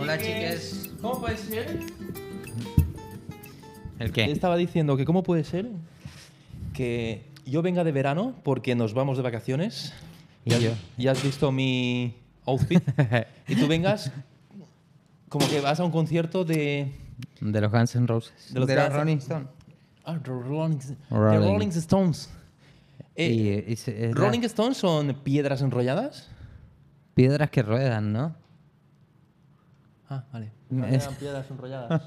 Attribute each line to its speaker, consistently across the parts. Speaker 1: Hola, chiques.
Speaker 2: ¿Cómo puede ser?
Speaker 1: ¿El
Speaker 3: Yo
Speaker 1: qué?
Speaker 3: Estaba diciendo que cómo puede ser que yo venga de verano porque nos vamos de vacaciones
Speaker 1: Y yo.
Speaker 3: y has visto mi outfit y tú vengas como que vas a un concierto de...
Speaker 1: De los Guns N' Roses.
Speaker 3: De los
Speaker 4: de los
Speaker 3: Guns-
Speaker 4: Rolling Stone.
Speaker 3: Ah, the Rolling, the
Speaker 1: Rolling.
Speaker 3: Rolling Stones. Eh,
Speaker 1: Y- y se- es la-
Speaker 3: ¿Rolling Stones son piedras enrolladas?
Speaker 1: Piedras que ruedan, ¿no?
Speaker 3: Ah, vale.
Speaker 1: Ah, Es- eran
Speaker 3: piedras enrolladas.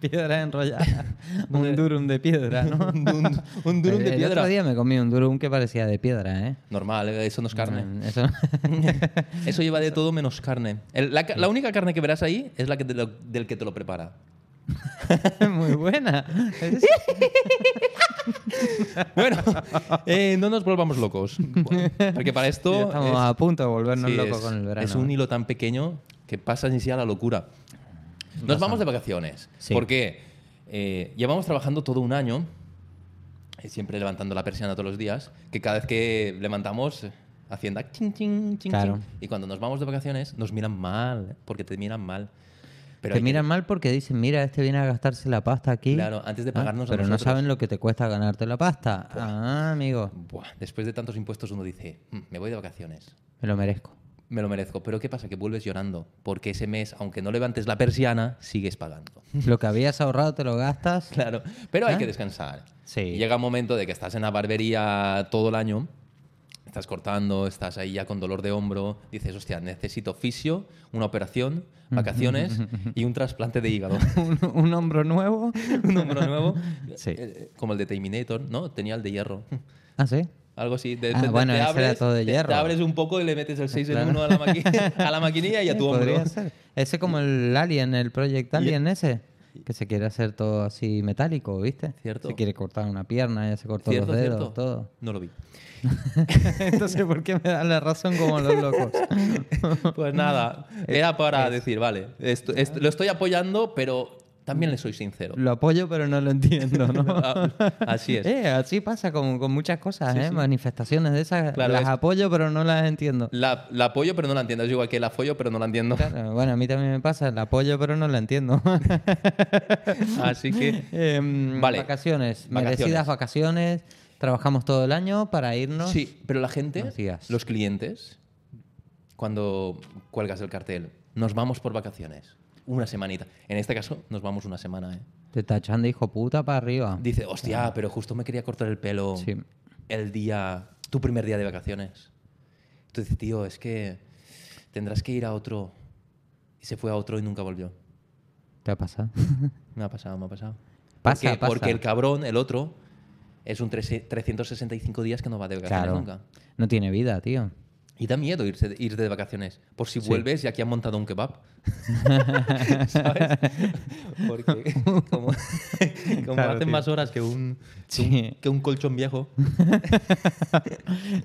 Speaker 1: Piedras enrolladas. un durum de piedra, ¿no?
Speaker 3: un, un- un durum
Speaker 1: El-
Speaker 3: de
Speaker 1: El
Speaker 3: piedra.
Speaker 1: otro día me comí un durum que parecía de piedra, ¿eh?
Speaker 3: Normal, eh, eso no es carne.
Speaker 1: Mm, Eso...
Speaker 3: Eso lleva de todo menos carne. El- la, ca- la única carne que verás ahí es la que te lo- del que te lo prepara.
Speaker 1: Muy buena. Es-
Speaker 3: Bueno, eh, no nos volvamos locos. Porque para esto.
Speaker 1: ya estamos
Speaker 3: es-
Speaker 1: a punto de volvernos
Speaker 3: sí,
Speaker 1: locos
Speaker 3: es-
Speaker 1: con el verano.
Speaker 3: Es un hilo tan pequeño que pasa ni siquiera la locura. Nos vamos de vacaciones.
Speaker 1: Sí.
Speaker 3: Porque eh, llevamos trabajando todo un año, eh, siempre levantando la persiana todos los días, que cada vez que levantamos. eh, Hacienda, ching, ching, ching,
Speaker 1: Claro.
Speaker 3: ching. Y cuando nos vamos de vacaciones, nos miran mal, ¿eh? porque te miran mal. Pero
Speaker 1: te
Speaker 3: hay que-
Speaker 1: miran mal porque dicen, mira, este viene a gastarse la pasta aquí. Ah,
Speaker 3: Claro, antes de pagarnos a
Speaker 1: Pero no
Speaker 3: nosotros. Pues.
Speaker 1: saben lo que te cuesta ganarte la pasta. Ah, amigo,
Speaker 3: Buah, después de tantos impuestos uno dice, "Mm, me voy de vacaciones.
Speaker 1: me lo merezco.
Speaker 3: Me lo merezco. Pero ¿qué pasa? Que vuelves llorando. Porque ese mes, aunque no levantes la persiana, sigues pagando.
Speaker 1: Lo que habías ahorrado te lo gastas.
Speaker 3: Claro. Pero hay
Speaker 1: ¿Ah?
Speaker 3: que descansar.
Speaker 1: Sí.
Speaker 3: Y Llega un momento de que estás en la barbería todo el año, estás cortando, estás ahí ya con dolor de hombro, dices, hostia, necesito fisio, una operación, vacaciones y un trasplante de hígado.
Speaker 1: Un, un hombro nuevo.
Speaker 3: un hombro nuevo.
Speaker 1: Sí.
Speaker 3: Eh, eh, Como el de Terminator, ¿no? Tenía el de hierro.
Speaker 1: Ah, sí.
Speaker 3: Algo así. De,
Speaker 1: Ah,
Speaker 3: de-
Speaker 1: bueno,
Speaker 3: te
Speaker 1: ese
Speaker 3: abres,
Speaker 1: era todo de
Speaker 3: te-
Speaker 1: hierro.
Speaker 3: Te abres un poco y le metes el 6 en
Speaker 1: Claro.
Speaker 3: 1 a la, maqui- a la maquinilla y a tu
Speaker 1: Sí,
Speaker 3: hombro.
Speaker 1: podría ser. Ese como el Alien, el Project Alien ese. Que se quiere hacer todo así metálico, ¿viste?
Speaker 3: Cierto.
Speaker 1: Se quiere cortar una pierna, ya se cortó
Speaker 3: ¿Cierto,
Speaker 1: los dedos,
Speaker 3: cierto?
Speaker 1: todo.
Speaker 3: No lo vi.
Speaker 1: Entonces, ¿por qué me dan la razón como los locos?
Speaker 3: Pues nada, era para decir, vale, esto- esto- lo estoy apoyando, pero también le soy sincero.
Speaker 1: Lo apoyo, pero no lo entiendo, ¿no?
Speaker 3: Ah, Así es.
Speaker 1: Eh, así pasa con, con muchas cosas, ¿eh? Manifestaciones de esas
Speaker 3: Claro,
Speaker 1: las
Speaker 3: es-
Speaker 1: apoyo, pero no las entiendo.
Speaker 3: La, la apoyo, pero no la entiendo. Es igual que la apoyo, pero no la entiendo.
Speaker 1: Claro, bueno, a mí también me pasa, la apoyo, pero no la entiendo.
Speaker 3: Así que.
Speaker 1: Em,
Speaker 3: Vale.
Speaker 1: Vacaciones,
Speaker 3: Vacaciones.
Speaker 1: merecidas vacaciones. Trabajamos todo el año para irnos.
Speaker 3: Sí, pero la gente,
Speaker 1: Buenos días.
Speaker 3: los clientes, cuando cuelgas el cartel, nos vamos por vacaciones. Una semanita. En este caso, nos vamos una semana, ¿eh?
Speaker 1: Te tachan de hijo puta para arriba.
Speaker 3: Dice, hostia, pero justo me quería cortar el pelo
Speaker 1: Sí.
Speaker 3: el día, tu primer día de vacaciones. Tú dices, tío, es que tendrás que ir a otro. Y se fue a otro y nunca volvió.
Speaker 1: ¿Te ha pasado?
Speaker 3: Me ha pasado, me ha pasado.
Speaker 1: Pasa,
Speaker 3: porque,
Speaker 1: pasa.
Speaker 3: porque el cabrón, el otro, es un 13 365 días que no va de vacaciones
Speaker 1: claro.
Speaker 3: nunca.
Speaker 1: No tiene vida, tío.
Speaker 3: Y da miedo irse, ir de vacaciones. Por si vuelves y aquí han montado un kebab. ¿Sabes? Porque como, como
Speaker 1: Claro,
Speaker 3: hacen
Speaker 1: tío.
Speaker 3: más horas que un,
Speaker 1: Sí.
Speaker 3: que un colchón viejo.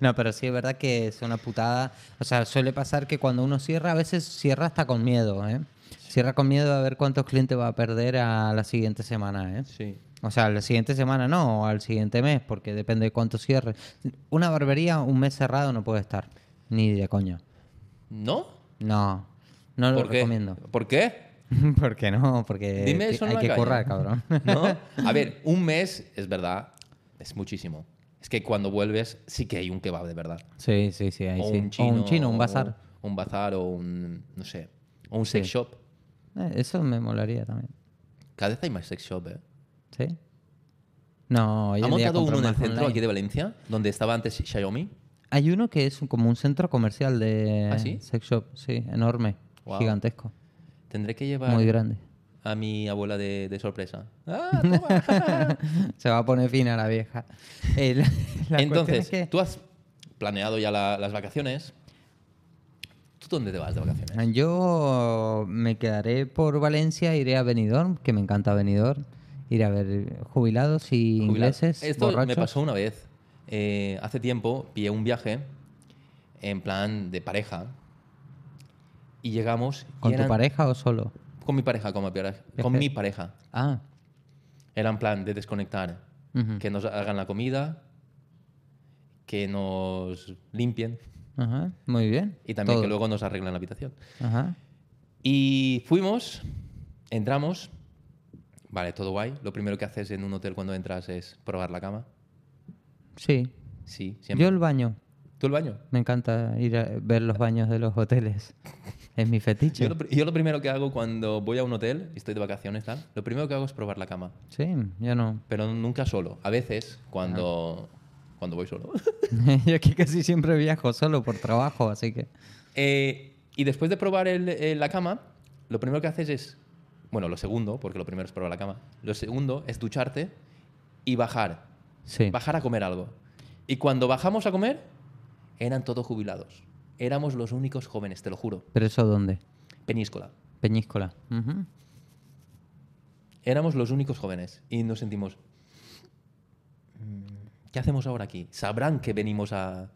Speaker 1: No, pero sí es verdad que es una putada. O sea, suele pasar que cuando uno cierra, a veces cierra hasta con miedo, ¿eh? Cierra con miedo a ver cuántos clientes va a perder a la siguiente semana, ¿eh?
Speaker 3: Sí.
Speaker 1: O sea, la siguiente semana no, o al siguiente mes, porque depende de cuánto cierre. Una barbería, un mes cerrado no puede estar. Ni de coña.
Speaker 3: ¿No?
Speaker 1: No, no lo
Speaker 3: ¿Por qué?
Speaker 1: recomiendo.
Speaker 3: ¿Por qué?
Speaker 1: ¿Por qué no? Porque
Speaker 3: Dime
Speaker 1: ti-
Speaker 3: eso en
Speaker 1: hay
Speaker 3: la
Speaker 1: que
Speaker 3: calle.
Speaker 1: currar, cabrón.
Speaker 3: ¿No? A ver, un mes es verdad, es muchísimo. Es que cuando vuelves sí que hay un kebab de verdad.
Speaker 1: Sí, sí, sí, ahí
Speaker 3: o,
Speaker 1: sí.
Speaker 3: un chino,
Speaker 1: o un chino, un
Speaker 3: o
Speaker 1: bazar.
Speaker 3: Un bazar o un, no sé, o un sex shop.
Speaker 1: Eh, Eso me molaría también.
Speaker 3: Cada vez hay más sex shop, ¿eh?
Speaker 1: ¿Sí? No, hoy
Speaker 3: Ha
Speaker 1: en día
Speaker 3: montado uno
Speaker 1: compran
Speaker 3: en el
Speaker 1: más
Speaker 3: centro
Speaker 1: online.
Speaker 3: aquí de Valencia, donde estaba antes Xiaomi.
Speaker 1: Hay uno que es un- como un centro comercial de
Speaker 3: ¿Ah, sí?
Speaker 1: sex shop, sí, enorme,
Speaker 3: Guau.
Speaker 1: gigantesco,
Speaker 3: Tendré que llevar
Speaker 1: muy grande.
Speaker 3: a mi abuela de, de sorpresa. ¡Ah, toma!
Speaker 1: Se va a poner fina la vieja. Eh, la- la cuestión
Speaker 3: Entonces,
Speaker 1: es que-
Speaker 3: tú has planeado ya la- las vacaciones. ¿Tú dónde te vas de vacaciones?
Speaker 1: Yo me quedaré por Valencia, iré a Benidorm, que me encanta Benidorm, ir a ver jubilados y
Speaker 3: Jubilado.
Speaker 1: ingleses,
Speaker 3: Esto me
Speaker 1: borrachos.
Speaker 3: pasó una vez. Eh, hace tiempo pillé un viaje en plan de pareja y llegamos. y
Speaker 1: ¿Con tu
Speaker 3: eran-
Speaker 1: pareja o solo?
Speaker 3: Con mi pareja, con mi pareja. Con
Speaker 1: Viaje.
Speaker 3: mi pareja.
Speaker 1: Ah,
Speaker 3: Era en plan de desconectar.
Speaker 1: Ujú.
Speaker 3: Que nos hagan la comida, que nos limpien
Speaker 1: ajá, muy bien.
Speaker 3: y también
Speaker 1: Todo.
Speaker 3: que luego nos arreglen la habitación.
Speaker 1: Ajá.
Speaker 3: Y fuimos, entramos, vale, todo guay. Lo primero que haces en un hotel cuando entras es probar la cama.
Speaker 1: Sí.
Speaker 3: Sí,
Speaker 1: Yo
Speaker 3: siempre.
Speaker 1: el baño.
Speaker 3: ¿Tú el baño?
Speaker 1: Me encanta ir a ver los baños de los hoteles. Es mi fetiche.
Speaker 3: Yo lo, pri- yo lo primero que hago cuando voy a un hotel y estoy de vacaciones, tal, lo primero que hago es probar la cama.
Speaker 1: Sí, yo no.
Speaker 3: Pero nunca solo. A veces, cuando, cuando voy solo.
Speaker 1: yo aquí casi siempre viajo solo por trabajo, así que...
Speaker 3: Eh, y después de probar el- eh, la cama, lo primero que haces es. Bueno, lo segundo, porque lo primero es probar la cama. Lo segundo es ducharte y bajar.
Speaker 1: Sí.
Speaker 3: Bajar a comer algo. Y cuando bajamos a comer, eran todos jubilados. Éramos los únicos jóvenes, te lo juro.
Speaker 1: ¿Pero eso dónde?
Speaker 3: Peníscola.
Speaker 1: Peñíscola. Ujú.
Speaker 3: Éramos los únicos jóvenes y nos sentimos. "Mm, ¿Qué hacemos ahora aquí? Sabrán que venimos a,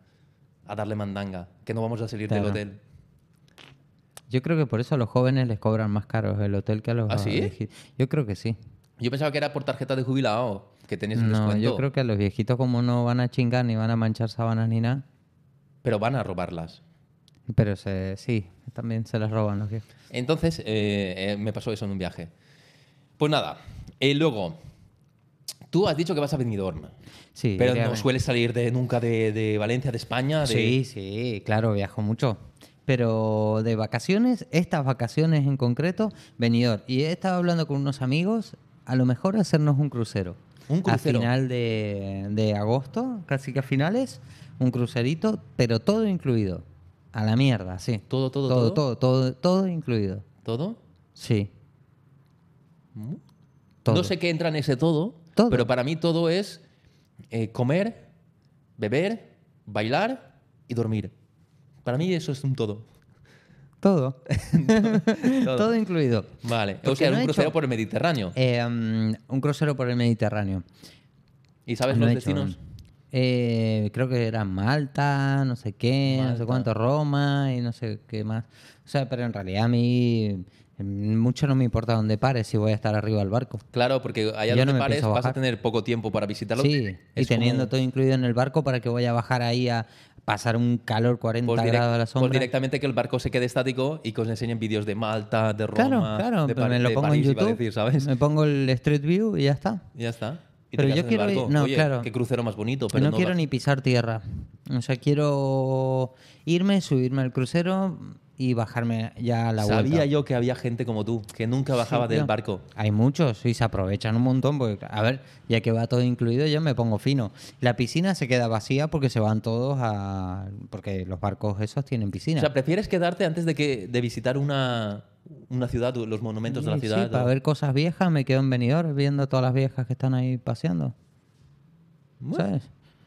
Speaker 3: a darle mandanga, que no vamos a salir
Speaker 1: Claro.
Speaker 3: del hotel.
Speaker 1: Yo creo que por eso a los jóvenes les cobran más caros el hotel que a los
Speaker 3: ¿Ah, sí?
Speaker 1: viejitos. Yo creo que sí.
Speaker 3: Yo pensaba que era por tarjeta de jubilado, que tenías un
Speaker 1: No,
Speaker 3: descuento.
Speaker 1: yo creo que a los viejitos como no van a chingar ni van a manchar sábanas ni nada,
Speaker 3: Pero van a robarlas.
Speaker 1: pero se, sí, también se las roban los viejos.
Speaker 3: Entonces, eh, eh, me pasó eso en un viaje. Pues nada, eh, luego, tú has dicho que vas a Benidorm,
Speaker 1: Sí,
Speaker 3: pero
Speaker 1: iría a
Speaker 3: no
Speaker 1: ver.
Speaker 3: sueles salir de, nunca de, de Valencia, de España. de-
Speaker 1: Sí, sí, claro, viajo mucho. Pero de vacaciones, estas vacaciones en concreto, venidor. Y he estado hablando con unos amigos, a lo mejor hacernos un crucero.
Speaker 3: Un crucero.
Speaker 1: A final de, de agosto, casi que a finales, un crucerito, pero todo incluido. A la mierda, sí.
Speaker 3: Todo, todo,
Speaker 1: Todo,
Speaker 3: todo.
Speaker 1: todo, todo, todo incluido.
Speaker 3: ¿Todo?
Speaker 1: Sí. Todo.
Speaker 3: ¿Mm? No sé qué entra en ese todo,
Speaker 1: Todo.
Speaker 3: pero para mí todo es eh, comer, beber, bailar y dormir. Para mí eso es un todo.
Speaker 1: Todo.
Speaker 3: Todo.
Speaker 1: todo. incluido.
Speaker 3: Vale, o
Speaker 1: Porque
Speaker 3: sea,
Speaker 1: no
Speaker 3: un
Speaker 1: he
Speaker 3: crucero
Speaker 1: hecho-
Speaker 3: por el Mediterráneo.
Speaker 1: Eh, um, un crucero por el Mediterráneo.
Speaker 3: ¿Y sabes
Speaker 1: No
Speaker 3: los
Speaker 1: he hecho,
Speaker 3: destinos?
Speaker 1: eh, creo que era Malta, no sé qué, no
Speaker 3: Malta.
Speaker 1: sé cuánto, Roma y no sé qué más. O sea, pero en realidad a mí eh, mucho no me importa dónde pare si voy a estar arriba del barco.
Speaker 3: Claro, porque allá
Speaker 1: Yo
Speaker 3: donde
Speaker 1: no me
Speaker 3: pares
Speaker 1: pienso
Speaker 3: vas a
Speaker 1: bajar.
Speaker 3: tener poco tiempo para visitarlo.
Speaker 1: Sí, y
Speaker 3: Es
Speaker 1: teniendo
Speaker 3: como-
Speaker 1: todo incluido en el barco para que voy a bajar ahí a pasar un calor 40
Speaker 3: Pues, direct-
Speaker 1: grados a la
Speaker 3: pues
Speaker 1: sombra.
Speaker 3: directamente que el barco se quede estático y que os enseñen vídeos de Malta, de Roma,
Speaker 1: claro, claro,
Speaker 3: de
Speaker 1: pero
Speaker 3: Par-
Speaker 1: me lo
Speaker 3: de
Speaker 1: pongo
Speaker 3: París,
Speaker 1: en
Speaker 3: iba a
Speaker 1: YouTube,
Speaker 3: decir, ¿sabes?
Speaker 1: me pongo el Street View y ya está.
Speaker 3: Ya está. Y te
Speaker 1: Pero yo
Speaker 3: quedas en el
Speaker 1: quiero ir-
Speaker 3: barco.
Speaker 1: no,
Speaker 3: Oye,
Speaker 1: claro.
Speaker 3: Qué crucero más bonito, pero
Speaker 1: no,
Speaker 3: no
Speaker 1: quiero
Speaker 3: vas-
Speaker 1: ni pisar tierra. O sea, quiero irme, subirme al crucero y bajarme ya a la vuelta.
Speaker 3: Sabía yo que había gente como tú, que nunca bajaba
Speaker 1: Sí,
Speaker 3: del
Speaker 1: tío.
Speaker 3: barco.
Speaker 1: Hay muchos y se aprovechan un montón porque, a ver, ya que va todo incluido, yo me pongo fino. La piscina se queda vacía porque se van todos a... porque los barcos esos tienen piscina.
Speaker 3: O sea, prefieres quedarte antes de que de visitar una, una ciudad, los monumentos de la
Speaker 1: Y sí,
Speaker 3: ciudad.
Speaker 1: para
Speaker 3: o-
Speaker 1: ver cosas viejas me quedo en Benidorm viendo todas las viejas que están ahí paseando.
Speaker 3: Bueno,
Speaker 1: ¿Sabes?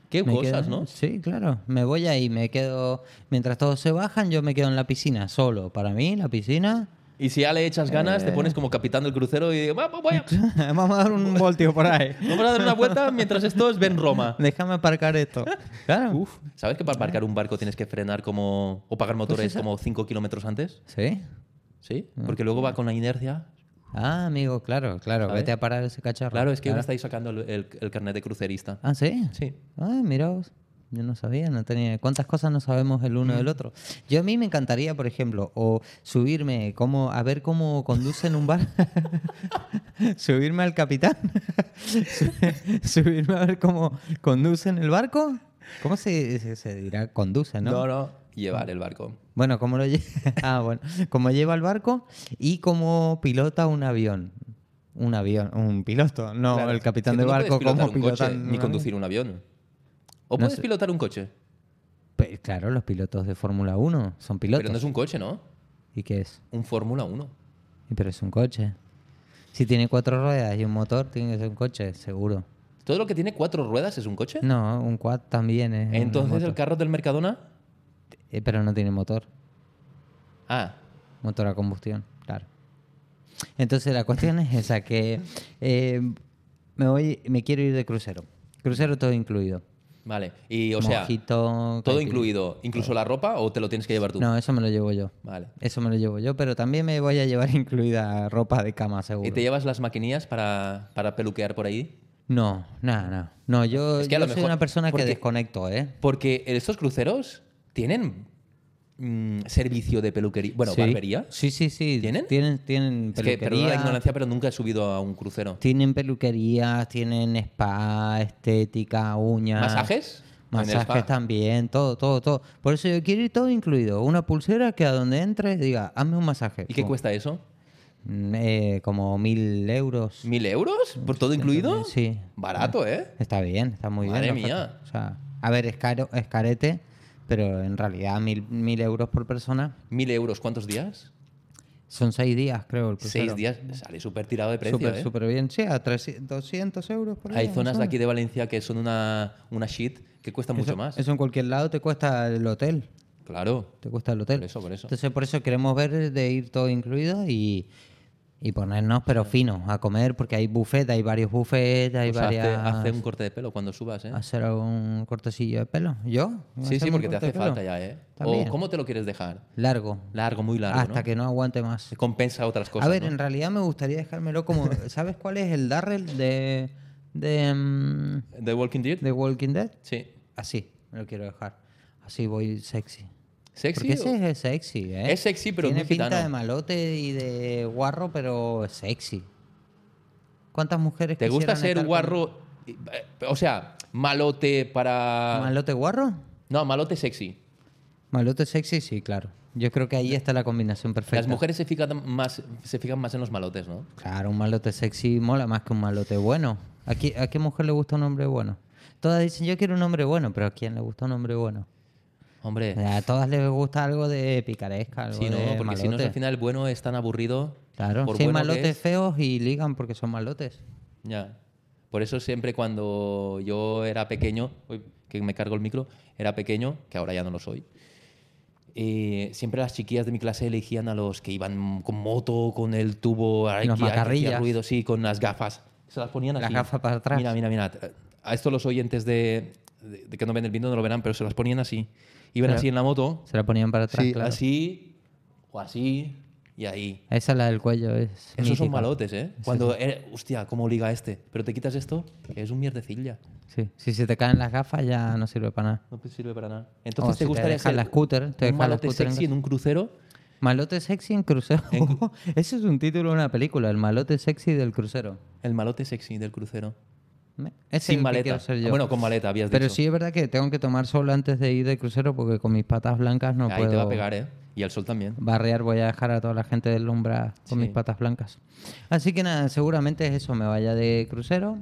Speaker 3: Qué
Speaker 1: Me
Speaker 3: cosas,
Speaker 1: quedo-
Speaker 3: ¿no?
Speaker 1: Sí, claro. Me voy ahí, me quedo... Mientras todos se bajan, yo me quedo en la piscina solo. Para mí, la piscina...
Speaker 3: Y si ya le echas ganas,
Speaker 1: Eh.
Speaker 3: te pones como capitán del crucero y "Va, va, voy a-
Speaker 1: Vamos a dar un voltio por ahí.
Speaker 3: vamos a dar una vuelta mientras estos ven Roma.
Speaker 1: Déjame aparcar esto. Claro. Pues
Speaker 3: Uf, ¿sabes que para aparcar un barco tienes que frenar como o pagar motores
Speaker 1: esa- Ah.
Speaker 3: como 5 kilómetros antes?
Speaker 1: ¿Sí?
Speaker 3: Sí, porque luego va con la inercia.
Speaker 1: Ah, amigo, claro, claro.
Speaker 3: ¿Sabes?
Speaker 1: Vete a parar ese cacharro.
Speaker 3: Claro, es que ahora estáis sacando el, el- el carnet de crucerista.
Speaker 1: Ah, ¿sí?
Speaker 3: Sí.
Speaker 1: Ay, mira Ah, vos. Yo no sabía, no tenía... ¿Cuántas cosas no sabemos el
Speaker 3: Mm.
Speaker 1: uno del otro? Yo a mí me encantaría, por ejemplo, o subirme como, a ver cómo conducen un bar... subirme al capitán. Su- subirme a ver cómo conducen el barco. ¿Cómo se, se- se dirá? Conducen,
Speaker 3: No, no, llevar el barco.
Speaker 1: Bueno, cómo lo lleva, ah, bueno, cómo lleva el barco y cómo pilota un avión. Un avión, un piloto, no
Speaker 3: Claro,
Speaker 1: el capitán
Speaker 3: que tú
Speaker 1: del
Speaker 3: no
Speaker 1: barco,
Speaker 3: puedes pilotar
Speaker 1: cómo
Speaker 3: un coche,
Speaker 1: pilotan.
Speaker 3: ni
Speaker 1: un
Speaker 3: conducir un avión. O
Speaker 1: No
Speaker 3: puedes
Speaker 1: sé.
Speaker 3: pilotar un coche,
Speaker 1: avión. Pe- claro, los pilotos de Fórmula 1 son pilotos.
Speaker 3: pero no es un coche, ¿no?
Speaker 1: ¿Y qué es?
Speaker 3: Un Fórmula 1.
Speaker 1: Y Pero es un coche. Si tiene cuatro ruedas y un motor, tiene que ser un coche, seguro.
Speaker 3: ¿Todo lo que tiene cuatro ruedas es un coche?
Speaker 1: No, un quad también es. Mm, una
Speaker 3: Entonces el
Speaker 1: moto.
Speaker 3: carro del Mercadona.
Speaker 1: Eh, pero no tiene motor.
Speaker 3: Ah,
Speaker 1: Motor a combustión, claro. Entonces la cuestión es esa, que eh, me voy, me quiero ir de crucero. Crucero todo incluido.
Speaker 3: vale. Y o sea,
Speaker 1: Mojito,
Speaker 3: todo
Speaker 1: caipi-
Speaker 3: incluido, incluso la ropa o te lo tienes que llevar tú.
Speaker 1: No, eso me lo llevo yo.
Speaker 3: Vale.
Speaker 1: Eso me lo llevo yo, pero también me voy a llevar incluida ropa de cama, seguro.
Speaker 3: ¿Y te llevas las maquinillas para, para peluquear por ahí?
Speaker 1: No, nada, nada. No, yo,
Speaker 3: Es que a
Speaker 1: yo
Speaker 3: lo
Speaker 1: soy
Speaker 3: mejor-
Speaker 1: una persona que
Speaker 3: porque-
Speaker 1: desconecto, ¿eh?
Speaker 3: Porque estos cruceros tienen mm, servicio de peluquería. Bueno, barbería.
Speaker 1: Sí, sí, sí.
Speaker 3: ¿Tienen?
Speaker 1: Tienen, tienen
Speaker 3: Es que, perdón la
Speaker 1: peluquería,
Speaker 3: ignorancia, pero nunca he subido a un crucero.
Speaker 1: Tienen peluquerías, tienen spa, estética, uñas.
Speaker 3: ¿Masajes? En el
Speaker 1: Masajes
Speaker 3: spa.
Speaker 1: también, todo, todo, todo. Por eso yo quiero ir todo incluido. Una pulsera que a donde entre diga, hazme un masaje.
Speaker 3: ¿Y qué
Speaker 1: Pum.
Speaker 3: cuesta eso?
Speaker 1: Mm, eh, como mil euros.
Speaker 3: ¿Mil euros? ¿Por todo incluido?
Speaker 1: Sí.
Speaker 3: Barato, ¿eh?
Speaker 1: Está bien, está muy
Speaker 3: Madre
Speaker 1: bien. la oferta.
Speaker 3: mía.
Speaker 1: O sea, a ver, es caro, es carete, pero en realidad mil, mil euros por persona
Speaker 3: ¿Mil euros cuántos días?
Speaker 1: son seis días, creo. El
Speaker 3: Seis
Speaker 1: crucero.
Speaker 3: días. Sale súper tirado de precio,
Speaker 1: Pues Súper, Pues
Speaker 3: ¿eh?
Speaker 1: súper bien. Sí, a 300, 200 euros por
Speaker 3: Hay
Speaker 1: día,
Speaker 3: zonas
Speaker 1: más
Speaker 3: de
Speaker 1: o menos.
Speaker 3: aquí de Valencia que son una, una shit que cuesta mucho
Speaker 1: Eso-
Speaker 3: más.
Speaker 1: Eso en cualquier lado te cuesta el hotel.
Speaker 3: Claro.
Speaker 1: Te cuesta el hotel.
Speaker 3: Por eso, por eso.
Speaker 1: Entonces, por eso queremos ver de ir todo incluido y, y ponernos, pero finos, a comer, porque hay buffet, hay varios buffets, hay
Speaker 3: O sea, hace-
Speaker 1: varias.
Speaker 3: hace, un corte de pelo cuando subas, ¿eh?
Speaker 1: Hacer un cortecillo de pelo.
Speaker 3: Sí,
Speaker 1: ¿Yo?
Speaker 3: sí,
Speaker 1: ¿Hacerme
Speaker 3: porque
Speaker 1: un
Speaker 3: te
Speaker 1: corte
Speaker 3: hace
Speaker 1: de pelo?
Speaker 3: falta ya, ¿eh?
Speaker 1: También.
Speaker 3: O ¿cómo te lo quieres dejar?
Speaker 1: Largo.
Speaker 3: Largo, muy largo,
Speaker 1: hasta
Speaker 3: ¿no?
Speaker 1: que no aguante más.
Speaker 3: Se compensa otras cosas,
Speaker 1: a ver,
Speaker 3: ¿no?
Speaker 1: en realidad me gustaría dejármelo como. ¿Sabes cuál es el Darrell de. de. mm,
Speaker 3: ¿The Walking Dead?
Speaker 1: de Walking Dead?
Speaker 3: Sí.
Speaker 1: Así, me lo quiero dejar. Así voy sexy.
Speaker 3: ¿Sexy?
Speaker 1: Porque
Speaker 3: o-
Speaker 1: ese es sexy, ¿eh?
Speaker 3: Es sexy, pero es
Speaker 1: Tiene
Speaker 3: muy
Speaker 1: pinta
Speaker 3: gitano.
Speaker 1: de malote y de guarro, pero es sexy. ¿Cuántas mujeres
Speaker 3: ¿Te gusta
Speaker 1: quisieran
Speaker 3: ser
Speaker 1: estar con-
Speaker 3: guarro? eh, O sea, malote para.
Speaker 1: ¿Malote guarro?
Speaker 3: No, malote sexy.
Speaker 1: Malote sexy, sí, claro. Yo creo que ahí está la combinación perfecta.
Speaker 3: Las mujeres se fijan más, se fijan más en los malotes, ¿no?
Speaker 1: Claro, un malote sexy mola más que un malote bueno. ¿A, qui- a qué mujer le gusta un hombre bueno? Todas dicen, yo quiero un hombre bueno, pero ¿a quién le gusta un hombre bueno?
Speaker 3: Hombre,
Speaker 1: A todas les gusta algo de picaresca, algo
Speaker 3: sí, no,
Speaker 1: de
Speaker 3: porque si no,
Speaker 1: eh, malote.
Speaker 3: al final el bueno es tan aburrido.
Speaker 1: Claro,
Speaker 3: por
Speaker 1: sí, hay
Speaker 3: bueno que
Speaker 1: malotes
Speaker 3: es.
Speaker 1: feos y ligan porque son malotes.
Speaker 3: Ya. Por eso siempre cuando yo era pequeño, uy, que me cargo el micro, era pequeño, que ahora ya no lo soy. eh, siempre las chiquillas de mi clase elegían a los que iban con moto, con el tubo, ay,
Speaker 1: Los
Speaker 3: que- ay, que hacía
Speaker 1: macarrillas.
Speaker 3: ruido, sí, con las gafas. Se las ponían
Speaker 1: Las
Speaker 3: así.
Speaker 1: gafas para atrás.
Speaker 3: Mira, mira, mira. A esto los oyentes de, de- de que no ven el vino no lo verán, pero se las ponían así. Iban
Speaker 1: Claro.
Speaker 3: así en la moto,
Speaker 1: Se la ponían para atrás,
Speaker 3: sí,
Speaker 1: claro.
Speaker 3: así, o así, y ahí.
Speaker 1: Esa es la del cuello, es
Speaker 3: Esos son
Speaker 1: mítica.
Speaker 3: malotes, ¿eh? Cuando, eh, hostia, cómo liga este. Pero te quitas esto, es un mierdecilla.
Speaker 1: Sí. Si se te caen las gafas ya no sirve para nada.
Speaker 3: No te sirve para nada. Entonces,
Speaker 1: si
Speaker 3: ¿te
Speaker 1: te
Speaker 3: gustaría
Speaker 1: dejan
Speaker 3: ser
Speaker 1: la scooter, te
Speaker 3: un
Speaker 1: dejan la
Speaker 3: malote
Speaker 1: scooter en
Speaker 3: sexy en
Speaker 1: casa.
Speaker 3: un crucero?
Speaker 1: Malote sexy en crucero. Ese es un título de una película, el malote sexy del crucero.
Speaker 3: El malote sexy del crucero.
Speaker 1: Me- ese es el
Speaker 3: Sin
Speaker 1: que
Speaker 3: maleta.
Speaker 1: quiero ser yo.
Speaker 3: Bueno, con maleta, habías
Speaker 1: Pero
Speaker 3: dicho.
Speaker 1: sí es verdad que tengo que tomar sol antes de ir de crucero porque con mis patas blancas no
Speaker 3: Ahí
Speaker 1: puedo
Speaker 3: te va a pegar, ¿eh? Y al sol también.
Speaker 1: barrear, voy a dejar a toda la gente del umbra con
Speaker 3: Sí.
Speaker 1: mis patas blancas. Así que nada, seguramente es eso, me vaya de crucero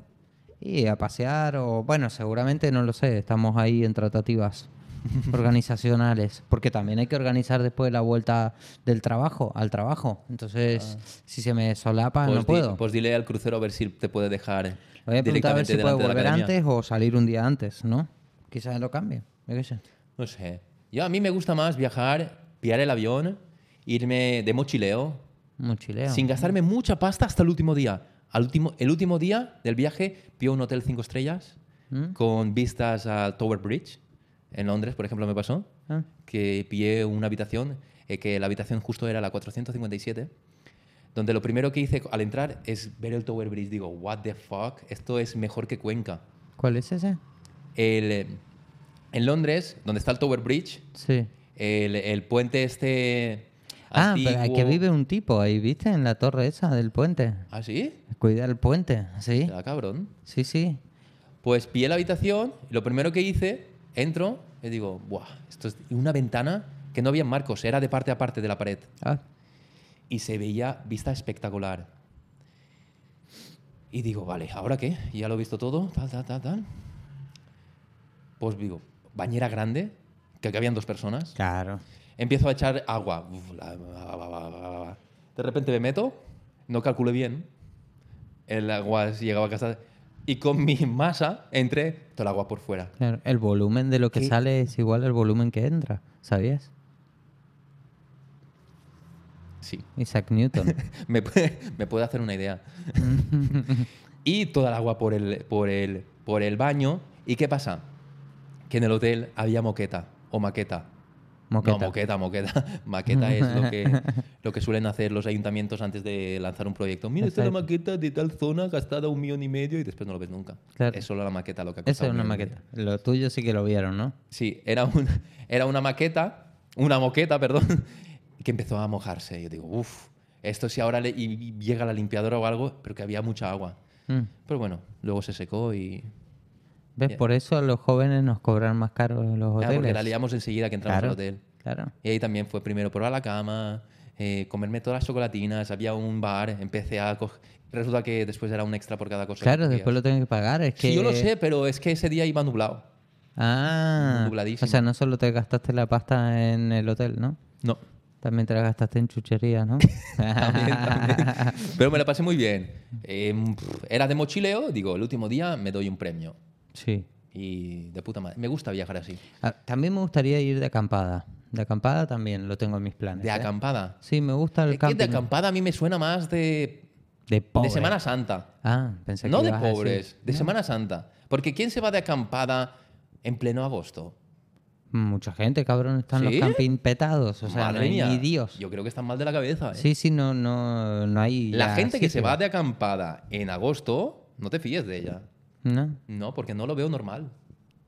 Speaker 1: y a pasear o bueno, seguramente no lo sé, estamos ahí en tratativas organizacionales, porque también hay que organizar después la vuelta del trabajo al trabajo. Entonces, si se me solapa
Speaker 3: Ah. Pues
Speaker 1: Ah, no
Speaker 3: di-
Speaker 1: puedo.
Speaker 3: pues dile al crucero a ver si te puede dejar eh,
Speaker 1: Voy a preguntar a ver
Speaker 3: directamente
Speaker 1: si puedo
Speaker 3: delante de la
Speaker 1: volver
Speaker 3: academia.
Speaker 1: antes o salir un día antes, ¿no? Quizás lo cambie, yo qué sé.
Speaker 3: No sé. Yo, a mí me gusta más viajar, pillar el avión, irme de mochileo,
Speaker 1: Mochileo.
Speaker 3: sin gastarme mucha pasta hasta el último día. Al último, el último día del viaje pilló un hotel cinco estrellas
Speaker 1: ¿Mm?
Speaker 3: con vistas al Tower Bridge. En Londres, por ejemplo, me pasó
Speaker 1: Ah.
Speaker 3: que pillé una habitación, eh, que la habitación justo era la 457, donde lo primero que hice al entrar es ver el Tower Bridge. Digo, what the fuck, esto es mejor que Cuenca.
Speaker 1: ¿Cuál es ese?
Speaker 3: El, eh, en Londres, donde está el Tower Bridge,
Speaker 1: Sí.
Speaker 3: el, el puente este...
Speaker 1: Ah, pero
Speaker 3: antiguo-
Speaker 1: que vive un tipo ahí, ¿viste? En la torre esa del puente.
Speaker 3: ¿Ah, sí?
Speaker 1: Cuidar el puente, sí.
Speaker 3: Será cabrón.
Speaker 1: Sí, sí.
Speaker 3: Pues pillé la habitación y lo primero que hice, entro y digo, ¡buah! Esto es una ventana que no había marcos, era de parte a parte de la pared.
Speaker 1: Ah,
Speaker 3: Y se veía vista espectacular. Y digo, vale, ¿ahora qué? Ya lo he visto todo, tal, tal, tal, tal. Pues digo, bañera grande, que aquí habían dos personas.
Speaker 1: claro.
Speaker 3: Empiezo a echar agua. Uf, la- va, va, va, va, va. De repente me meto, no calculé bien. El agua llegaba a casa. Y con mi masa entré todo el agua por fuera.
Speaker 1: claro. El volumen de lo que
Speaker 3: ¿Qué?
Speaker 1: sale es igual al volumen que entra, ¿sabías?
Speaker 3: Sí.
Speaker 1: Isaac Newton.
Speaker 3: Me, puede- me puedo hacer una idea. y toda el agua por el, por, el, por el baño. ¿Y qué pasa? Que en el hotel había moqueta o maqueta.
Speaker 1: Moqueta.
Speaker 3: No, moqueta, moqueta. Maqueta es lo que, lo que suelen hacer los ayuntamientos antes de lanzar un proyecto. Mira, esta es la maqueta de tal zona gastada un millón y medio y después no lo ves nunca.
Speaker 1: Claro.
Speaker 3: Es solo la maqueta lo que ha costado
Speaker 1: Esa es
Speaker 3: un
Speaker 1: una
Speaker 3: millón y medio.
Speaker 1: maqueta. Lo tuyo sí que lo vieron, ¿no?
Speaker 3: Sí, era, un- era una maqueta, una moqueta, perdón, que empezó a mojarse. Yo digo, uff, esto si ahora le- y llega la limpiadora o algo, pero que había mucha agua.
Speaker 1: Mm.
Speaker 3: Pero bueno, luego se secó y...
Speaker 1: ¿Ves?
Speaker 3: Ya.
Speaker 1: Por eso a los jóvenes nos cobran más caro en los
Speaker 3: Ah,
Speaker 1: hoteles.
Speaker 3: porque la liamos enseguida que entramos
Speaker 1: Claro,
Speaker 3: al hotel.
Speaker 1: Claro.
Speaker 3: Y ahí también fue primero probar la cama, eh, comerme todas las chocolatinas, había un bar, empecé a coger... Resulta que después era un extra por cada cosa. que
Speaker 1: Claro,
Speaker 3: cogías.
Speaker 1: después lo tienen que pagar. Es que...
Speaker 3: Sí, yo lo sé, pero es que ese día iba nublado.
Speaker 1: Ah.
Speaker 3: Nubladísimo.
Speaker 1: O sea, no solo te gastaste la pasta en el hotel, ¿no?
Speaker 3: No.
Speaker 1: También te la gastaste en chuchería, ¿no?
Speaker 3: También, también. Pero me la pasé muy bien. Eh, pff, era de mochileo, digo, el último día me doy un premio.
Speaker 1: sí.
Speaker 3: Y de puta madre. Me gusta viajar así.
Speaker 1: Ah, también me gustaría ir de acampada. De acampada también lo tengo en mis planes.
Speaker 3: De
Speaker 1: ¿eh?
Speaker 3: acampada.
Speaker 1: Sí, me gusta el
Speaker 3: Es que de
Speaker 1: camping.
Speaker 3: acampada a mí me suena más de,
Speaker 1: De
Speaker 3: de
Speaker 1: pobre.
Speaker 3: Semana Santa.
Speaker 1: Ah, pensé que
Speaker 3: no de
Speaker 1: ibas a decir-
Speaker 3: pobres, de Semana Santa. Porque ¿quién se va de acampada en pleno agosto?
Speaker 1: Mucha gente, cabrón, están
Speaker 3: ¿Sí?
Speaker 1: los camping petados. O sea,
Speaker 3: Madre
Speaker 1: no hay
Speaker 3: mía.
Speaker 1: ni Dios.
Speaker 3: Yo creo que están mal de la cabeza. ¿eh?
Speaker 1: Sí, sí, no, no, no hay.
Speaker 3: la
Speaker 1: ya
Speaker 3: gente que se
Speaker 1: sitio.
Speaker 3: va de acampada en agosto, no te fíes de ella.
Speaker 1: No,
Speaker 3: No, porque no lo veo normal.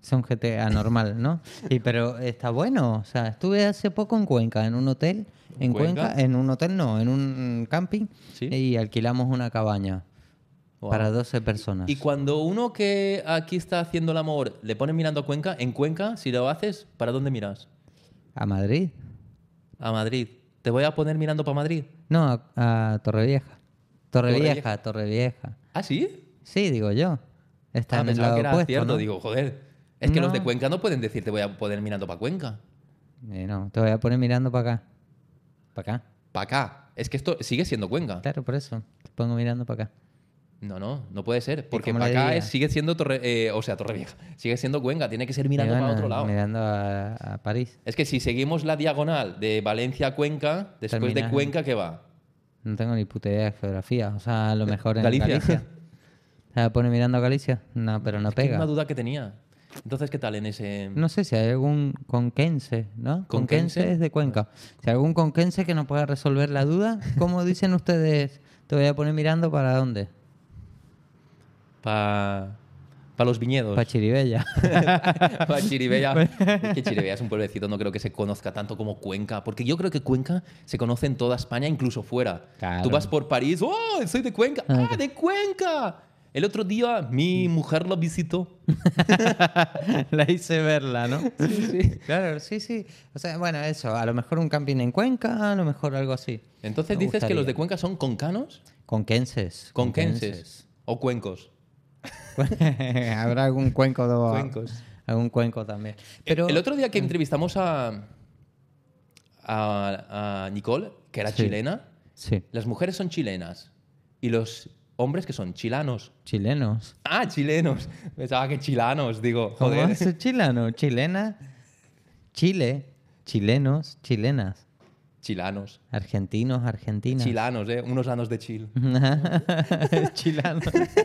Speaker 1: es un GTA normal, ¿no? Y pero está bueno. O sea, estuve hace poco en Cuenca, en un hotel.
Speaker 3: ¿En
Speaker 1: En Cuenca,
Speaker 3: Cuenca?
Speaker 1: en un hotel no, en un camping.
Speaker 3: Sí.
Speaker 1: Y alquilamos una cabaña
Speaker 3: Wow.
Speaker 1: para 12 personas.
Speaker 3: Y cuando uno que aquí está haciendo el amor le pone mirando a Cuenca, en Cuenca, si lo haces, ¿para dónde miras?
Speaker 1: ¿A Madrid?
Speaker 3: A Madrid. ¿Te voy a poner mirando para Madrid?
Speaker 1: No, a, a Torrevieja. Torrevieja, Torrevieja.
Speaker 3: ¿Ah, sí?
Speaker 1: Sí, digo yo. Está
Speaker 3: Ah,
Speaker 1: en el
Speaker 3: pensaba
Speaker 1: lado
Speaker 3: que era
Speaker 1: opuesto,
Speaker 3: cierto.
Speaker 1: ¿no?
Speaker 3: Digo, joder. Es que los de
Speaker 1: No.
Speaker 3: Cuenca no pueden decir te voy a poner mirando para Cuenca.
Speaker 1: Eh, no, te voy a poner mirando para acá. Para acá.
Speaker 3: Para acá. Es que esto sigue siendo Cuenca.
Speaker 1: Claro, por eso. Te pongo mirando para acá.
Speaker 3: No, no, no puede ser. Porque
Speaker 1: cómo
Speaker 3: para
Speaker 1: le
Speaker 3: acá
Speaker 1: diría?
Speaker 3: es- sigue siendo Torre, eh, o sea, Torrevieja. Sigue siendo Cuenca. Tiene que ser mirando
Speaker 1: Me van
Speaker 3: para
Speaker 1: a-
Speaker 3: otro lado.
Speaker 1: Mirando a, a París.
Speaker 3: Es que si seguimos la diagonal de Valencia a Cuenca, después
Speaker 1: Terminas
Speaker 3: de
Speaker 1: en-
Speaker 3: Cuenca, ¿qué va?
Speaker 1: No tengo ni puta idea de geografía. O sea, a lo mejor en
Speaker 3: Eh, Galicia.
Speaker 1: Galicia. ¿La pone mirando a Galicia? No, pero no
Speaker 3: Es una
Speaker 1: pega.
Speaker 3: duda que tenía. Entonces, ¿qué tal en ese...?
Speaker 1: No sé si hay algún conquense, ¿no?
Speaker 3: ¿Conquense?
Speaker 1: Conquense es de Cuenca. Si hay algún conquense que no pueda resolver la duda, ¿cómo dicen ustedes? Te voy a poner mirando para dónde?
Speaker 3: Para los viñedos.
Speaker 1: Para Chiribella.
Speaker 3: Pa' Chiribella. Es que Chiribella es un pueblecito, no creo que se conozca tanto como Cuenca. Porque yo creo que Cuenca se conoce en toda España, incluso fuera.
Speaker 1: Claro.
Speaker 3: Tú vas por París, ¡oh! Soy de Cuenca. ¡Ah, de Cuenca! El otro día mi
Speaker 1: Mm.
Speaker 3: mujer la visitó.
Speaker 1: La hice verla, ¿no? Claro, sí, sí. O sea, bueno, eso. A lo mejor un camping en Cuenca, a lo mejor algo así.
Speaker 3: Entonces
Speaker 1: Me
Speaker 3: dices que
Speaker 1: gustaría.
Speaker 3: los de Cuenca son concanos,
Speaker 1: Conquenses.
Speaker 3: conquenses o cuencos.
Speaker 1: Habrá algún cuenco. do-
Speaker 3: Cuencos.
Speaker 1: Algún cuenco también. Pero mm.
Speaker 3: El otro día que entrevistamos a, a, a Nicole, que era
Speaker 1: Sí.
Speaker 3: chilena,
Speaker 1: Sí.
Speaker 3: las mujeres son chilenas y los hombres que son chilanos.
Speaker 1: Chilenos.
Speaker 3: Ah, chilenos. Pensaba que chilanos, digo,
Speaker 1: ¿Cómo
Speaker 3: joder.
Speaker 1: es chileno? Chilena. Chile. Chilenos. Chilenas.
Speaker 3: Chilanos.
Speaker 1: Argentinos. Argentinas.
Speaker 3: Chilanos, ¿eh? Unos anos de Chile.
Speaker 1: chilanos.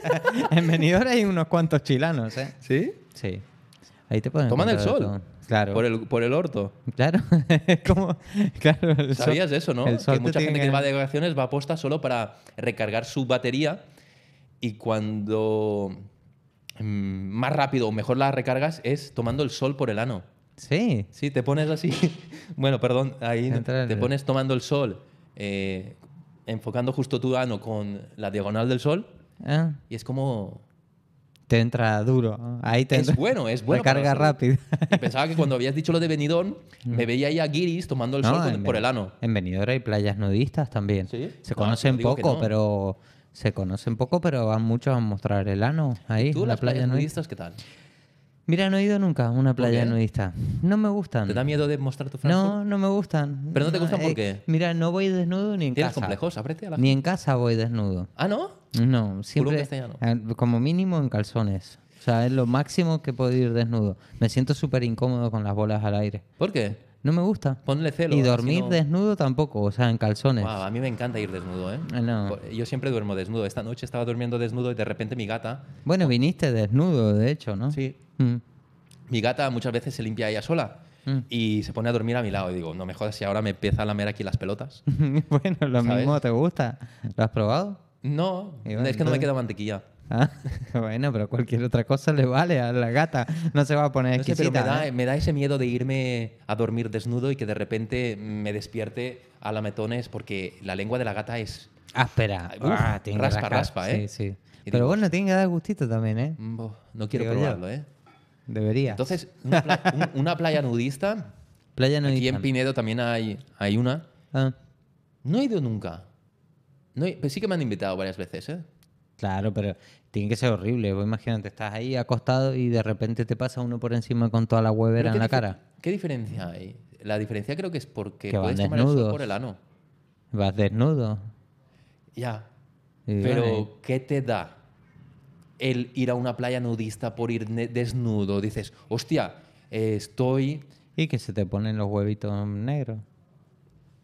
Speaker 1: en Benidorm hay unos cuantos chilanos, ¿eh?
Speaker 3: ¿Sí?
Speaker 1: Sí. Ahí te pueden
Speaker 3: Toman el
Speaker 1: encontrar de
Speaker 3: sol.
Speaker 1: todo. Claro.
Speaker 3: Por el, por el orto.
Speaker 1: Claro. Como- claro, el sol-
Speaker 3: ¿Sabías eso, no?
Speaker 1: el sol
Speaker 3: que
Speaker 1: te
Speaker 3: mucha
Speaker 1: tiene
Speaker 3: gente que va de vacaciones va a posta solo para recargar su batería y cuando mm, más rápido o mejor la recargas es tomando el sol por el ano.
Speaker 1: Sí.
Speaker 3: Sí, te pones así. bueno, perdón, ahí no-
Speaker 1: Entra el-
Speaker 3: te pones tomando el sol, eh, enfocando justo tu ano con la diagonal del sol
Speaker 1: Ah,
Speaker 3: y es como
Speaker 1: Te entra duro. Ahí te
Speaker 3: Es
Speaker 1: entra-
Speaker 3: bueno, es bueno.
Speaker 1: Recarga
Speaker 3: para la salud.
Speaker 1: rápida.
Speaker 3: Y pensaba que cuando habías dicho lo de Benidorm, me veía ahí a Guiris tomando el sol
Speaker 1: No,
Speaker 3: con-
Speaker 1: en
Speaker 3: por
Speaker 1: Beni-
Speaker 3: el ano.
Speaker 1: En Benidorm hay playas nudistas también.
Speaker 3: ¿Sí?
Speaker 1: Se
Speaker 3: No,
Speaker 1: conocen
Speaker 3: no digo que
Speaker 1: poco,
Speaker 3: no.
Speaker 1: pero se conocen poco, pero van muchos a mostrar el ano ahí
Speaker 3: ¿Tú
Speaker 1: en la
Speaker 3: las
Speaker 1: playa
Speaker 3: playas
Speaker 1: nudista.
Speaker 3: nudistas qué tal?
Speaker 1: Mira, no he ido nunca a una playa
Speaker 3: qué?
Speaker 1: nudista. No me gustan.
Speaker 3: ¿Te da miedo de mostrar tu Frankfurt?
Speaker 1: No, no me gustan.
Speaker 3: ¿Pero no te gustan por qué?
Speaker 1: Mira, no voy desnudo ni en
Speaker 3: ¿Tienes
Speaker 1: casa.
Speaker 3: complejos? Ábrete a la
Speaker 1: Ni en casa voy desnudo.
Speaker 3: ¿Ah, no?
Speaker 1: No, siempre
Speaker 3: castellano.
Speaker 1: eh, como mínimo en calzones. O sea, es lo máximo que puedo ir desnudo. Me siento súper incómodo con las bolas al aire.
Speaker 3: ¿Por qué?
Speaker 1: No me gusta.
Speaker 3: Ponle celo.
Speaker 1: y
Speaker 3: así
Speaker 1: dormir
Speaker 3: no-
Speaker 1: desnudo tampoco, o sea, en calzones.
Speaker 3: Guau, a mí me encanta ir desnudo, ¿eh?
Speaker 1: Ah, no.
Speaker 3: Yo siempre duermo desnudo. Esta noche estaba durmiendo desnudo y de repente mi gata...
Speaker 1: Bueno, viniste desnudo, de hecho, ¿no?
Speaker 3: Sí.
Speaker 1: Mm.
Speaker 3: Mi gata muchas veces se limpia ella sola
Speaker 1: Mm.
Speaker 3: y se pone a dormir a mi lado. Y digo, no me jodas si ahora me empieza a lamer aquí las pelotas.
Speaker 1: bueno, lo
Speaker 3: ¿Sabes?
Speaker 1: mismo te gusta. ¿Lo has probado?
Speaker 3: No,
Speaker 1: Y bueno,
Speaker 3: es que no me
Speaker 1: entonces-
Speaker 3: queda mantequilla.
Speaker 1: Ah, bueno, pero cualquier otra cosa le vale a la gata. No se va a poner
Speaker 3: No sé, pero
Speaker 1: exquisita.
Speaker 3: me da,
Speaker 1: ¿eh?
Speaker 3: me da ese miedo de irme a dormir desnudo y que de repente me despierte a lametones porque la lengua de la gata es...
Speaker 1: Áspera.
Speaker 3: Uf,
Speaker 1: Ah, tiene que
Speaker 3: raspa,
Speaker 1: rascar.
Speaker 3: raspa, ¿eh?
Speaker 1: Sí, sí.
Speaker 3: Y
Speaker 1: Pero
Speaker 3: digo,
Speaker 1: bueno, tiene que dar gustito también, ¿eh?
Speaker 3: mm, bo, No quiero
Speaker 1: Digo yo.
Speaker 3: probarlo, ¿eh?
Speaker 1: Debería.
Speaker 3: Entonces, una, pla- un- una playa nudista,
Speaker 1: Playa no
Speaker 3: aquí
Speaker 1: hay
Speaker 3: en Pinedo también hay, hay una.
Speaker 1: Ah,
Speaker 3: No he ido nunca. No he- pero sí que me han invitado varias veces, ¿eh?
Speaker 1: claro, pero tiene que ser horrible. Vos imagínate, estás ahí acostado y de repente te pasa uno por encima con toda la
Speaker 3: Pero
Speaker 1: huevera
Speaker 3: ¿qué
Speaker 1: en la
Speaker 3: dife-
Speaker 1: cara.
Speaker 3: ¿Qué diferencia hay? La diferencia creo que es porque
Speaker 1: Que van
Speaker 3: puedes tomar el sol
Speaker 1: desnudos.
Speaker 3: por el ano.
Speaker 1: Vas desnudo.
Speaker 3: Ya.
Speaker 1: Y
Speaker 3: Pero,
Speaker 1: van ahí.
Speaker 3: ¿qué te da el ir a una playa nudista por ir ne- desnudo? Dices, hostia, eh, estoy.
Speaker 1: Y que se te ponen los huevitos negros.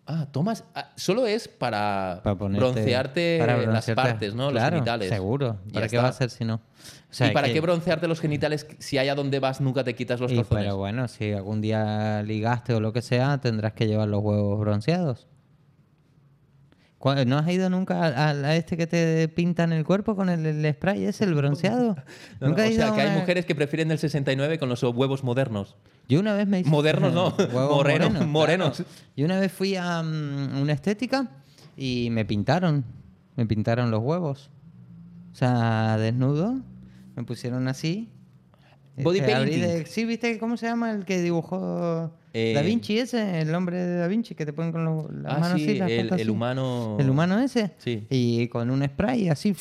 Speaker 3: Ah, tomas. ah, solo es para,
Speaker 1: Para ponerte-
Speaker 3: broncearte
Speaker 1: para
Speaker 3: las
Speaker 1: broncearte.
Speaker 3: partes, ¿no?
Speaker 1: Claro,
Speaker 3: Los genitales.
Speaker 1: Seguro.
Speaker 3: Ya
Speaker 1: ¿Para qué
Speaker 3: está.
Speaker 1: va a ser si no? O
Speaker 3: ¿Y
Speaker 1: sea,
Speaker 3: para
Speaker 1: que-
Speaker 3: qué broncearte los genitales si allá donde vas nunca te quitas los
Speaker 1: Y,
Speaker 3: calzones?
Speaker 1: pero bueno, si algún día ligaste o lo que sea, tendrás que llevar los huevos bronceados. ¿Cuál- ¿No has ido nunca a, a- a este que te pintan el cuerpo con el, el spray? ¿Es el bronceado?
Speaker 3: No, no,
Speaker 1: ¿Nunca has
Speaker 3: o
Speaker 1: ido
Speaker 3: sea,
Speaker 1: a
Speaker 3: que hay
Speaker 1: una-
Speaker 3: mujeres que prefieren el 69 con los huevos modernos.
Speaker 1: Yo una vez me hice...
Speaker 3: Modernos, no.
Speaker 1: Huevos
Speaker 3: Moreno-
Speaker 1: claro.
Speaker 3: morenos.
Speaker 1: Yo una vez fui a mm, una estética y me pintaron. Me pintaron los huevos. O sea, desnudo. Me pusieron así.
Speaker 3: Body
Speaker 1: Este, abrí
Speaker 3: painting.
Speaker 1: de- sí, ¿viste cómo se llama el que dibujó
Speaker 3: Eh,
Speaker 1: Da Vinci ese? El hombre de Da Vinci que te ponen con los, las
Speaker 3: Ah,
Speaker 1: manos
Speaker 3: sí,
Speaker 1: así, las
Speaker 3: el-
Speaker 1: patas
Speaker 3: el
Speaker 1: así.
Speaker 3: humano-
Speaker 1: El humano ese.
Speaker 3: Oh, Sí.
Speaker 1: Y con un spray así,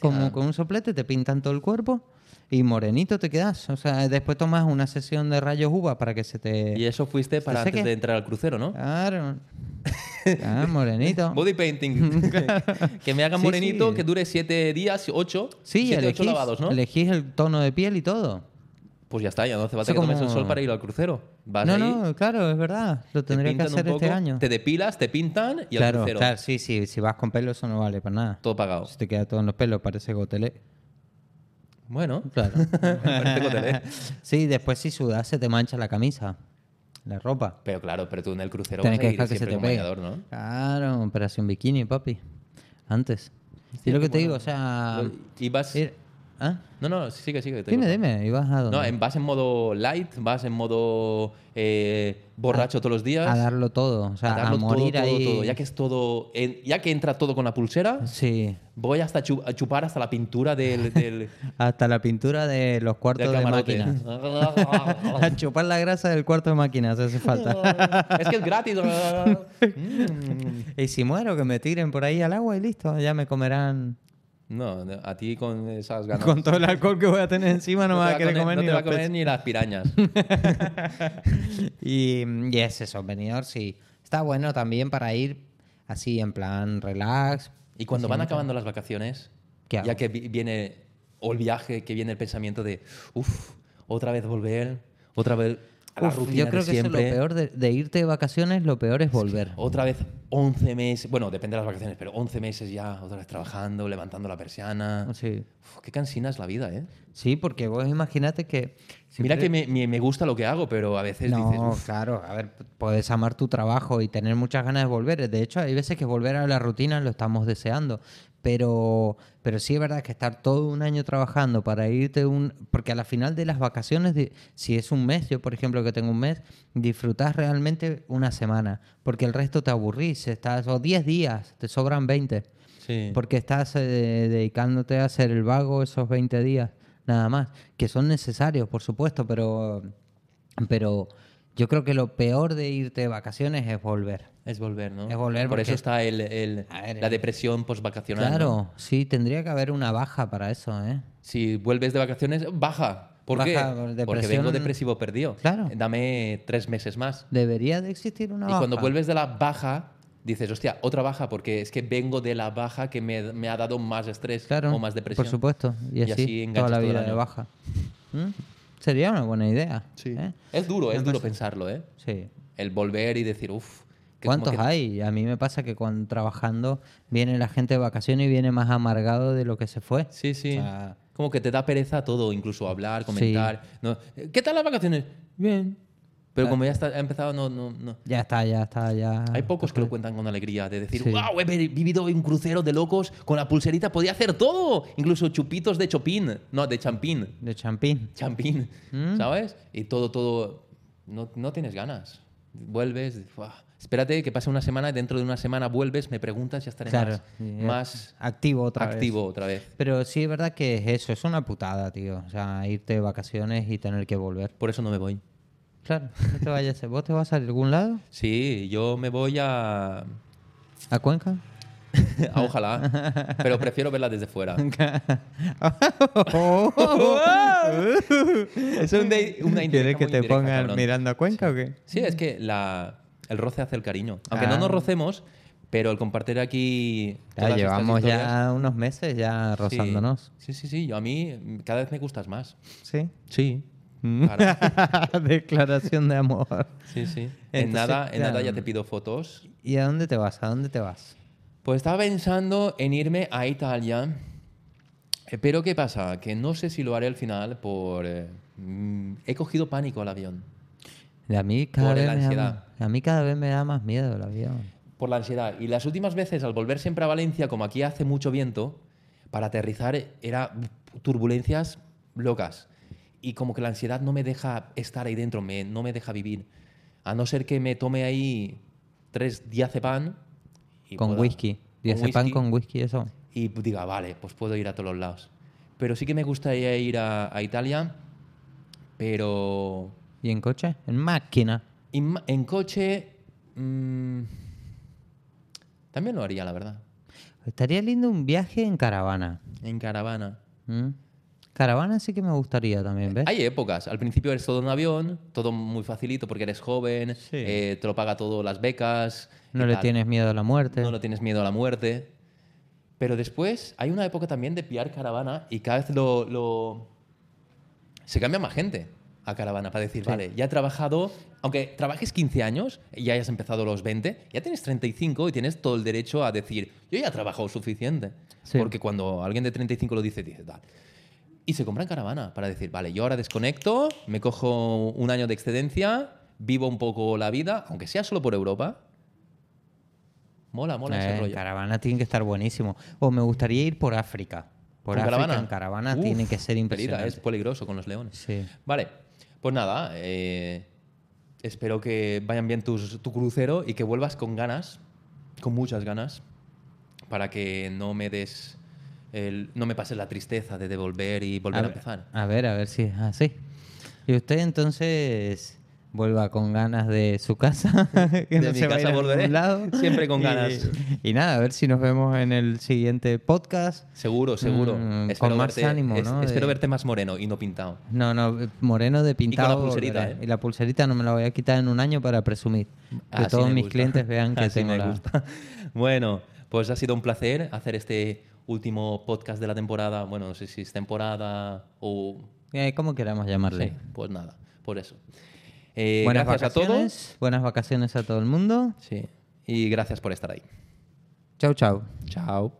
Speaker 1: como con un soplete, te pintan todo el cuerpo y morenito te quedas. O sea, después tomas una sesión de rayos uva para que se te...
Speaker 3: Y eso fuiste para
Speaker 1: sé
Speaker 3: antes
Speaker 1: que-
Speaker 3: de entrar al crucero, ¿no?
Speaker 1: Claro. Ah, morenito.
Speaker 3: Body painting. que me hagan
Speaker 1: Sí,
Speaker 3: morenito,
Speaker 1: sí.
Speaker 3: que dure siete días, ocho.
Speaker 1: Sí,
Speaker 3: siete, ocho
Speaker 1: elegís,
Speaker 3: lavados, ¿no?
Speaker 1: elegís el tono de piel y todo.
Speaker 3: Pues ya está, ya no hace falta
Speaker 1: Eso
Speaker 3: que tomes el
Speaker 1: como-
Speaker 3: sol para ir al crucero. Vas
Speaker 1: no,
Speaker 3: ahí,
Speaker 1: no, claro, es verdad. Lo
Speaker 3: Ah, te
Speaker 1: tendría que
Speaker 3: pintan un
Speaker 1: hacer este
Speaker 3: poco,
Speaker 1: año.
Speaker 3: Te depilas, te pintan y al
Speaker 1: claro,
Speaker 3: crucero.
Speaker 1: claro, sí, sí. Si vas con pelo, eso no vale para nada.
Speaker 3: Todo pagado.
Speaker 1: Si te queda todo en los pelos, parece gotelé.
Speaker 3: Bueno,
Speaker 1: Claro.
Speaker 3: parece gotelé.
Speaker 1: sí, después si sudas se te mancha la camisa, la ropa.
Speaker 3: Pero claro, pero tú en el crucero
Speaker 1: Tienes
Speaker 3: vas
Speaker 1: que
Speaker 3: a ir
Speaker 1: dejar que se
Speaker 3: siempre
Speaker 1: te
Speaker 3: con
Speaker 1: pegue.
Speaker 3: bañador, ¿no?
Speaker 1: Claro, operación bikini, papi. Antes. y lo que te digo, o sea...
Speaker 3: Lo- Y vas...
Speaker 1: ir- ¿Ah?
Speaker 3: No, no, sigue, sigue. te
Speaker 1: Dime,
Speaker 3: corto.
Speaker 1: dime, ¿y vas a dónde?
Speaker 3: No, en- vas en modo light, vas en modo eh, borracho todos los días.
Speaker 1: a darlo todo, o sea, a,
Speaker 3: darlo todo,
Speaker 1: morir
Speaker 3: todo,
Speaker 1: ahí.
Speaker 3: todo. Ya que es todo... en- ya que entra todo con la pulsera,
Speaker 1: Sí,
Speaker 3: voy hasta chu- a chupar hasta la pintura del... del
Speaker 1: hasta la pintura de los cuartos
Speaker 3: del
Speaker 1: de
Speaker 3: camarote.
Speaker 1: máquinas. a chupar la grasa del cuarto de máquinas hace falta.
Speaker 3: es que es gratis. Mm.
Speaker 1: y si muero, que me tiren por ahí al agua y listo, ya me comerán.
Speaker 3: no, no, a ti con esas ganas.
Speaker 1: Con todo el alcohol que voy a tener encima
Speaker 3: te
Speaker 1: no, me va
Speaker 3: va
Speaker 1: a querer
Speaker 3: comer-
Speaker 1: comer
Speaker 3: no
Speaker 1: ni
Speaker 3: te va a
Speaker 1: los
Speaker 3: comer ni las pirañas.
Speaker 1: Y, mm, y es eso, venidor, sí. Está bueno también para ir así en plan relax.
Speaker 3: Y cuando van acabando las vacaciones,
Speaker 1: ¿Qué hago?
Speaker 3: ya que vi- viene o el viaje, que viene el pensamiento de, uff, otra vez volver, otra vez a la
Speaker 1: Uf,
Speaker 3: rutina
Speaker 1: yo creo
Speaker 3: de
Speaker 1: que
Speaker 3: siempre. Oh.
Speaker 1: eso es lo peor de, de irte de vacaciones, lo peor es volver.
Speaker 3: Otra vez 11 meses, bueno, depende de las vacaciones, pero 11 meses ya, otra vez trabajando, levantando la persiana.
Speaker 1: Sí.
Speaker 3: Uf, qué cansina es la vida, ¿eh?
Speaker 1: Sí, porque vos imagínate que...
Speaker 3: Mira que me, me- me gusta lo que hago, pero a veces dices,
Speaker 1: No,
Speaker 3: "Uf,
Speaker 1: claro, a ver, p- podés amar tu trabajo y tener muchas ganas de volver. De hecho, hay veces que volver a la rutina lo estamos deseando. Pero, pero sí es verdad que estar todo un año trabajando para irte un... Porque a la final de las vacaciones, di- si es un mes, yo por ejemplo que tengo un mes, disfrutás realmente una semana. Porque el resto te aburrís, estás... O 10 días, te sobran 20.
Speaker 3: sí.
Speaker 1: Porque estás eh, dedicándote a hacer el vago esos 20 días, nada más, que son necesarios, por supuesto, pero, pero yo creo que lo peor de irte de vacaciones es volver.
Speaker 3: Es volver, ¿no?
Speaker 1: Es volver
Speaker 3: Por eso
Speaker 1: porque-
Speaker 3: está el, el-
Speaker 1: A ver,
Speaker 3: la
Speaker 1: eh.
Speaker 3: depresión postvacacional.
Speaker 1: Claro,
Speaker 3: ¿no?
Speaker 1: sí, tendría que haber una baja para eso, ¿eh?
Speaker 3: Si vuelves de vacaciones, baja. ¿Por
Speaker 1: Baja
Speaker 3: qué?
Speaker 1: por
Speaker 3: Porque
Speaker 1: depresión.
Speaker 3: vengo depresivo perdido.
Speaker 1: Claro.
Speaker 3: Dame tres meses más.
Speaker 1: Debería de existir una
Speaker 3: Y
Speaker 1: baja.
Speaker 3: cuando vuelves de la baja, dices, hostia, otra baja, porque es que vengo de la baja que me, me ha dado más estrés
Speaker 1: claro,
Speaker 3: o más depresión.
Speaker 1: Por supuesto, y
Speaker 3: Y
Speaker 1: así,
Speaker 3: así enganchas
Speaker 1: toda la
Speaker 3: todo el
Speaker 1: vida de
Speaker 3: año.
Speaker 1: baja. ¿Mm? Sería una buena idea.
Speaker 3: Sí.
Speaker 1: ¿eh?
Speaker 3: Es duro,
Speaker 1: Me
Speaker 3: es duro
Speaker 1: pasa.
Speaker 3: pensarlo, ¿eh?
Speaker 1: Sí.
Speaker 3: El volver y decir, uff.
Speaker 1: ¿Cuántos hay? A mí me pasa que cuando trabajando viene la gente de vacaciones y viene más amargado de lo que se fue.
Speaker 3: Sí, sí.
Speaker 1: O sea,
Speaker 3: Como que te da pereza todo, incluso hablar, comentar. No, ¿Qué tal las vacaciones? Bien. Pero como ya está, ha empezado, no, no, no.
Speaker 1: Ya está, ya está, ya.
Speaker 3: Hay pocos que lo cuentan con alegría, de decir,
Speaker 1: Ah, Sí.
Speaker 3: wow, he vi- vivido hoy un crucero de locos, con la pulserita podía hacer todo, incluso chupitos de chopín, no, de champín,
Speaker 1: De champín.
Speaker 3: champín,
Speaker 1: Mm.
Speaker 3: ¿sabes? Y todo, todo, no, no tienes ganas, vuelves, ¡fua! espérate que pase una semana y dentro de una semana vuelves, me preguntas y ya estaré
Speaker 1: Claro.
Speaker 3: más,
Speaker 1: y, eh,
Speaker 3: más
Speaker 1: activo otra vez.
Speaker 3: activo otra vez.
Speaker 1: Pero sí es verdad que es eso, es una putada, tío. O sea, irte de vacaciones y tener que volver.
Speaker 3: Por eso no me voy.
Speaker 1: Claro, no te vayas. ¿Vos te vas a algún lado?
Speaker 3: Sí, yo me voy a...
Speaker 1: ¿A Cuenca?
Speaker 3: a ojalá, pero prefiero verla desde fuera. Es un date- un date
Speaker 1: ¿Quieres que
Speaker 3: muy
Speaker 1: te
Speaker 3: Oh. indirecta,
Speaker 1: pongan
Speaker 3: cabrón.
Speaker 1: mirando a Cuenca o qué?
Speaker 3: Sí, es que la, el roce hace el cariño. Aunque
Speaker 1: Mm. Ah.
Speaker 3: no nos rocemos, pero el compartir aquí.
Speaker 1: Ya
Speaker 3: todas estas
Speaker 1: llevamos
Speaker 3: historias-
Speaker 1: ya unos meses ya
Speaker 3: Sí.
Speaker 1: rozándonos.
Speaker 3: Sí, sí, sí. Yo a mí mm, cada vez me gustas más.
Speaker 1: Sí.
Speaker 3: Sí.
Speaker 1: Declaración de amor.
Speaker 3: Sí, sí. en
Speaker 1: Entonces,
Speaker 3: nada, en nada
Speaker 1: claro.
Speaker 3: ya te pido fotos.
Speaker 1: ¿Y a dónde te vas? ¿A dónde te vas?
Speaker 3: Pues estaba pensando en irme a Italia. eh, Pero ¿qué pasa? Que no sé si lo haré al final por... eh, mm, he cogido pánico al avión.
Speaker 1: Y A mí, cada
Speaker 3: Por
Speaker 1: vez
Speaker 3: la
Speaker 1: me da
Speaker 3: ansiedad.
Speaker 1: más- a mí cada vez me da más miedo el avión.
Speaker 3: Por la ansiedad. Y las últimas veces, al volver siempre a Valencia, como aquí hace mucho viento, para aterrizar era turbulencias locas. Y como que la ansiedad no me deja estar ahí dentro, me- no me deja vivir. A no ser que me tome ahí tres diazepam. y
Speaker 1: con
Speaker 3: pueda-
Speaker 1: whisky. Diazepam
Speaker 3: whisky,
Speaker 1: con whisky, eso.
Speaker 3: Y diga, vale, pues puedo ir a todos los lados. Pero sí que me gustaría ir a, a Italia, pero
Speaker 1: ¿Y en coche? En máquina.
Speaker 3: en ma- en coche... mm, también lo haría, la verdad.
Speaker 1: Estaría lindo un viaje en caravana.
Speaker 3: En caravana.
Speaker 1: ¿Mm? Caravana sí que me gustaría también, ¿ves?
Speaker 3: Hay épocas. Al principio eres todo en avión, todo muy facilito porque eres joven,
Speaker 1: Sí.
Speaker 3: eh, te lo paga todo las becas.
Speaker 1: no
Speaker 3: y
Speaker 1: le
Speaker 3: tal.
Speaker 1: tienes miedo a la muerte.
Speaker 3: No le tienes miedo a la muerte. Pero después hay una época también de pillar caravana y cada vez lo. lo- Se cambia más gente a caravana para decir, vale, ya he trabajado, aunque trabajes 15 años y hayas empezado los 20, ya tienes 35 y tienes todo el derecho a decir, yo ya he trabajado suficiente.
Speaker 1: Sí.
Speaker 3: Porque cuando alguien de 35 lo dice, dice, vale. Y se compran caravana para decir, vale, yo ahora desconecto, me cojo un año de excedencia, vivo un poco la vida, aunque sea solo por Europa. Mola, mola
Speaker 1: Eh,
Speaker 3: ese
Speaker 1: en
Speaker 3: rollo.
Speaker 1: caravana tiene que estar buenísimo. O me gustaría ir por África. Por
Speaker 3: ¿Con
Speaker 1: África en caravana
Speaker 3: Uf,
Speaker 1: tiene que ser
Speaker 3: pelita,
Speaker 1: impresionante.
Speaker 3: es peligroso con los leones.
Speaker 1: Sí.
Speaker 3: Vale, pues nada, eh, espero que vayan bien tus- tu crucero y que vuelvas con ganas, con muchas ganas, para que no me des, el- no me pases la tristeza de devolver y volver a,
Speaker 1: ver-
Speaker 3: empezar.
Speaker 1: A ver, a ver si es así. Y usted entonces vuelva con ganas de su casa, que
Speaker 3: De
Speaker 1: no
Speaker 3: mi
Speaker 1: se va a ir
Speaker 3: casa
Speaker 1: a ningún
Speaker 3: volveré,
Speaker 1: lado.
Speaker 3: siempre con
Speaker 1: Y-
Speaker 3: ganas.
Speaker 1: Y nada, a ver si nos vemos en el siguiente podcast.
Speaker 3: Seguro, seguro.
Speaker 1: Mm,
Speaker 3: espero
Speaker 1: con más
Speaker 3: verte,
Speaker 1: ánimo,
Speaker 3: es-
Speaker 1: ¿no?
Speaker 3: Espero
Speaker 1: De-
Speaker 3: verte más moreno y no pintado.
Speaker 1: No, no, moreno de pintado.
Speaker 3: pulserita,
Speaker 1: volveré.
Speaker 3: ¿eh?
Speaker 1: Y la pulserita no me la voy a quitar en un año para presumir. Que
Speaker 3: Así
Speaker 1: todos
Speaker 3: me
Speaker 1: mis
Speaker 3: gusta.
Speaker 1: clientes vean que
Speaker 3: Así
Speaker 1: tengo
Speaker 3: me
Speaker 1: la-
Speaker 3: gusta. Bueno, pues ha sido un placer hacer este último podcast de la temporada. Bueno, no sé si es temporada o...
Speaker 1: Eh, como queramos llamarle.
Speaker 3: Sí, pues nada, por eso. Eh,
Speaker 1: buenas
Speaker 3: gracias
Speaker 1: vacaciones. Buenas vacaciones a todo el mundo.
Speaker 3: a todos. Sí. Y gracias por estar ahí.
Speaker 1: Chau, chau.
Speaker 3: Chao.